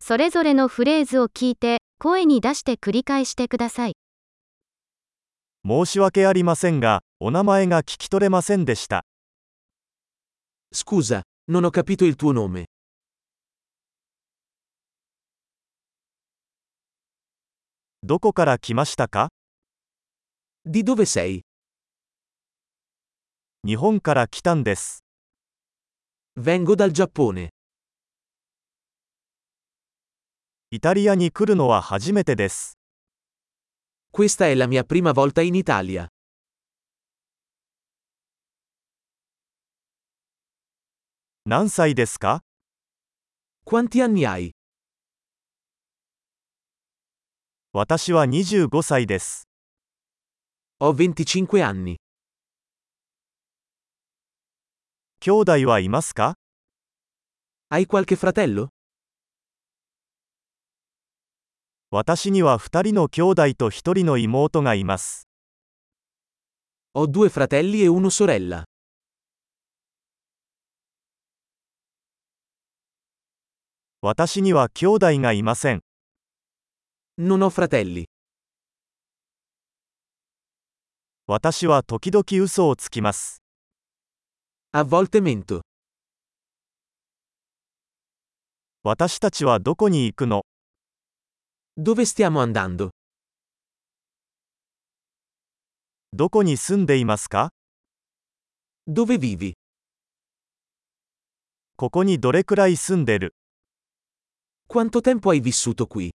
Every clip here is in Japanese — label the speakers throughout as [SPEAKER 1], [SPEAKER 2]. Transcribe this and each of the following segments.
[SPEAKER 1] それぞれのフレーズを聞いて、声に出して繰り返してください。
[SPEAKER 2] 申し訳ありませんが、お名前が聞き取れませんでした。
[SPEAKER 3] Scusa, non ho capito il tuo nome.
[SPEAKER 2] どこから来ましたか
[SPEAKER 3] Di dove sei?
[SPEAKER 2] 日本から来たんです。
[SPEAKER 3] Vengo dal Giappone.
[SPEAKER 2] イタリアに来るのは初めてです。
[SPEAKER 3] Questa è la mia prima volta in Italia.
[SPEAKER 2] 何歳ですか
[SPEAKER 3] Quanti anni hai?
[SPEAKER 2] 私は25歳です。
[SPEAKER 3] Ho 25 anni.
[SPEAKER 2] 兄弟はいますか
[SPEAKER 3] Hai qualche fratello?
[SPEAKER 2] 私には2人の兄弟と1人の妹がいます。
[SPEAKER 3] Ho due fratelli e una sorella.
[SPEAKER 2] 私には兄弟がいません。
[SPEAKER 3] Non ho fratelli.
[SPEAKER 2] 私は時々嘘をつきます。
[SPEAKER 3] A volte mento.
[SPEAKER 2] 私たちはどこに行くの
[SPEAKER 3] Dove stiamo andando?
[SPEAKER 2] どこに住んでいますか
[SPEAKER 3] Dove vivi?
[SPEAKER 2] ここにどれくらい住んでる
[SPEAKER 3] Quanto tempo hai vissuto qui?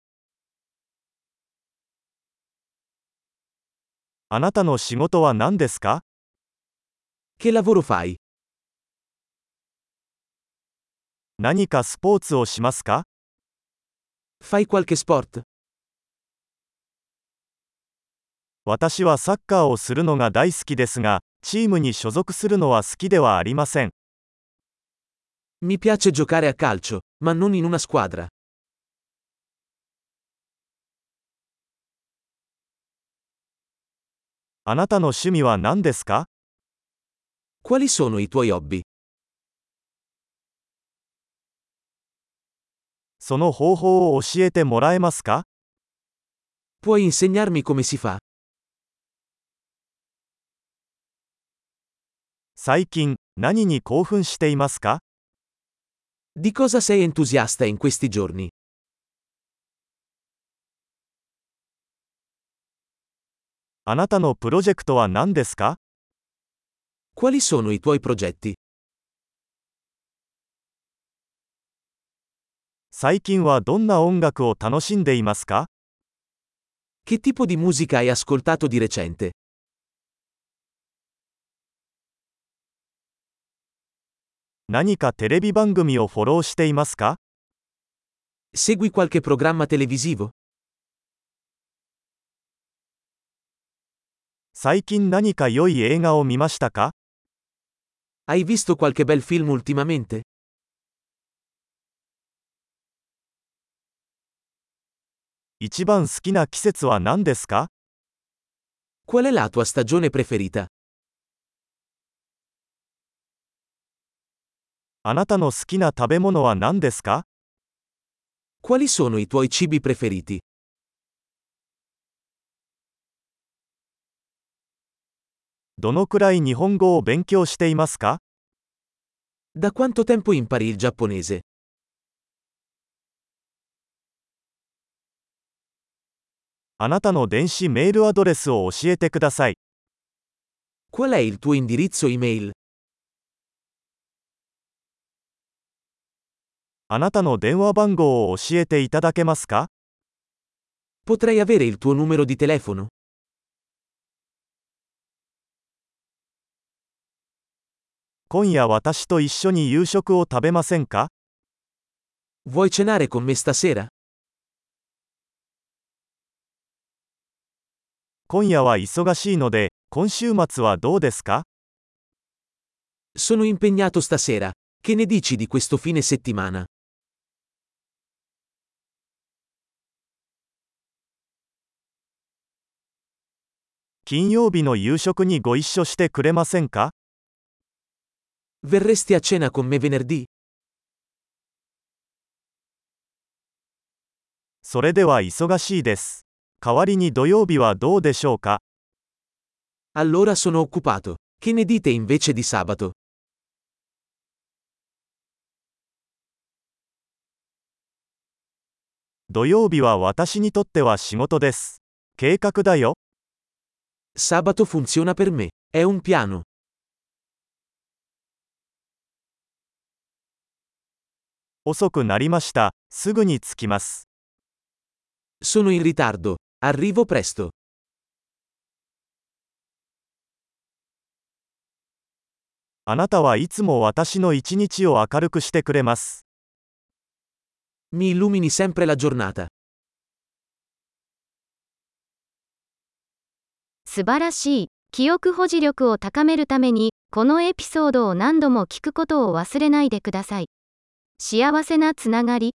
[SPEAKER 2] あなたの仕事は何ですか
[SPEAKER 3] Che lavoro fai?
[SPEAKER 2] 何かスポーツをしますか
[SPEAKER 3] Fai qualche sport?
[SPEAKER 2] 私はサッカーをするのが大好きですが、チームに所属するのは好きではありません。
[SPEAKER 3] Mi piace giocare a calcio, ma non in una squadra.
[SPEAKER 2] あなたの趣味は何ですか
[SPEAKER 3] Quali sono i tuoi hobby?
[SPEAKER 2] その方法を教えてもらえますか
[SPEAKER 3] Puoi insegnarmi come si fa?
[SPEAKER 2] 最近、何に興奮していますか
[SPEAKER 3] Di cosa sei entusiasta in questi giorni?
[SPEAKER 2] あなたのプロジェクトは何ですか
[SPEAKER 3] Quali sono i tuoi progetti?
[SPEAKER 2] 最近はどんな音楽を楽しんでいますか
[SPEAKER 3] Che tipo di musica hai ascoltato di recente?
[SPEAKER 2] 何かテレビ番組をフォローしていますか
[SPEAKER 3] Segui qualche programma televisivo?
[SPEAKER 2] 最近何か良い映画を見ましたか
[SPEAKER 3] Hai visto qualche bel film ultimamente?
[SPEAKER 2] 一番好きな季節は何ですか
[SPEAKER 3] Qual è la tua stagione preferita?
[SPEAKER 2] あなたの好きな食べ物は何ですか
[SPEAKER 3] Quali sono i tuoi cibi preferiti?
[SPEAKER 2] どのくらい日本語を勉強していますか
[SPEAKER 3] Da quanto tempo impari il giapponese?
[SPEAKER 2] あなたの電子メールアドレスを教えてください。
[SPEAKER 3] Qual è il tuo indirizzo email?
[SPEAKER 2] あなたの電話番号を教えていただけますか
[SPEAKER 3] Potrei avere il tuo numero di telefono?
[SPEAKER 2] 今夜私と一緒に夕食を食べませんか
[SPEAKER 3] Vuoi cenare con me stasera?
[SPEAKER 2] 今夜は忙しいので、今週末はどうですか
[SPEAKER 3] Sono impegnato stasera. Che ne dici di questo fine settimana?
[SPEAKER 2] 金曜日の夕食にご一緒してくれませんか
[SPEAKER 3] Verresti a cena con me venerdì?
[SPEAKER 2] それでは忙しいです。代わりに土曜日はどうでしょうか
[SPEAKER 3] Allora sono occupato. Che ne dite invece di sabato?
[SPEAKER 2] 土曜日は私にとっては仕事です。計画だよ。
[SPEAKER 3] Sabato funziona per me. È un piano.
[SPEAKER 2] 遅くなりました。すぐに着きます。
[SPEAKER 3] Sono in ritardo. Arrivo presto.
[SPEAKER 2] あなたはいつも私の一日を明るくしてくれます。
[SPEAKER 3] Mi illumini sempre la giornata.
[SPEAKER 1] 素晴らしい。記憶保持力を高めるために、このエピソードを何度も聞くことを忘れないでください。幸せなつながり。